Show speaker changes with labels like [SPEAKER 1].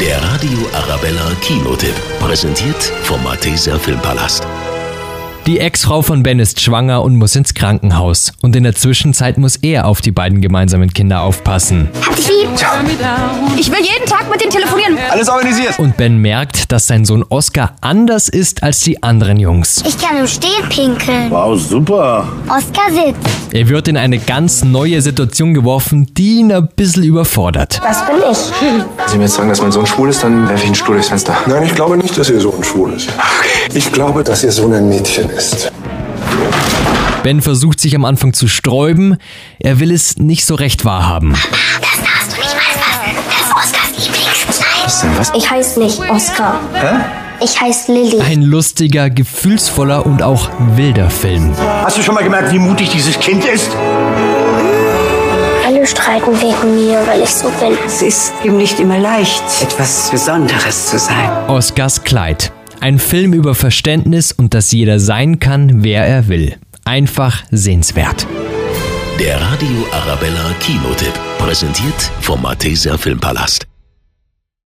[SPEAKER 1] Der Radio Arabella Kinotipp. Präsentiert vom Malteser Filmpalast.
[SPEAKER 2] Die Ex-Frau von Ben ist schwanger und muss ins Krankenhaus. Und in der Zwischenzeit muss er auf die beiden gemeinsamen Kinder aufpassen.
[SPEAKER 3] Hab dich lieb. Ich will jeden Tag mit ihm telefonieren.
[SPEAKER 4] Alles organisiert.
[SPEAKER 2] Und Ben merkt, dass sein Sohn Oscar anders ist als die anderen Jungs.
[SPEAKER 5] Ich kann im Stehen pinkeln.
[SPEAKER 6] Wow, super.
[SPEAKER 5] Oskar sitzt.
[SPEAKER 2] Er wird in eine ganz neue Situation geworfen, die ihn ein bisschen überfordert.
[SPEAKER 5] Das bin ich.
[SPEAKER 4] Wenn Sie mir jetzt sagen, dass mein Sohn schwul ist, dann werfe ich einen Stuhl durchs Fenster.
[SPEAKER 7] Nein, ich glaube nicht, dass ihr Sohn schwul ist. Ich glaube, dass ihr Sohn ein Mädchen ist.
[SPEAKER 2] Ben versucht sich am Anfang zu sträuben. Er will es nicht so recht wahrhaben.
[SPEAKER 5] Das darfst du nicht mal fassen. Das ist Oskars Lieblingskleid.
[SPEAKER 4] Was denn was?
[SPEAKER 5] Ich heiße nicht Oskar. Hä? Ich heiße Lilly.
[SPEAKER 2] Ein lustiger, gefühlsvoller und auch wilder Film.
[SPEAKER 6] Hast du schon mal gemerkt, wie mutig dieses Kind ist?
[SPEAKER 5] Alle streiten wegen mir, weil ich so bin.
[SPEAKER 8] Es ist ihm nicht immer leicht, etwas Besonderes zu sein.
[SPEAKER 2] Oscars Kleid. Ein Film über Verständnis und dass jeder sein kann, wer er will. Einfach sehenswert.
[SPEAKER 1] Der Radio Arabella Kinotipp. Präsentiert vom Malteser Filmpalast.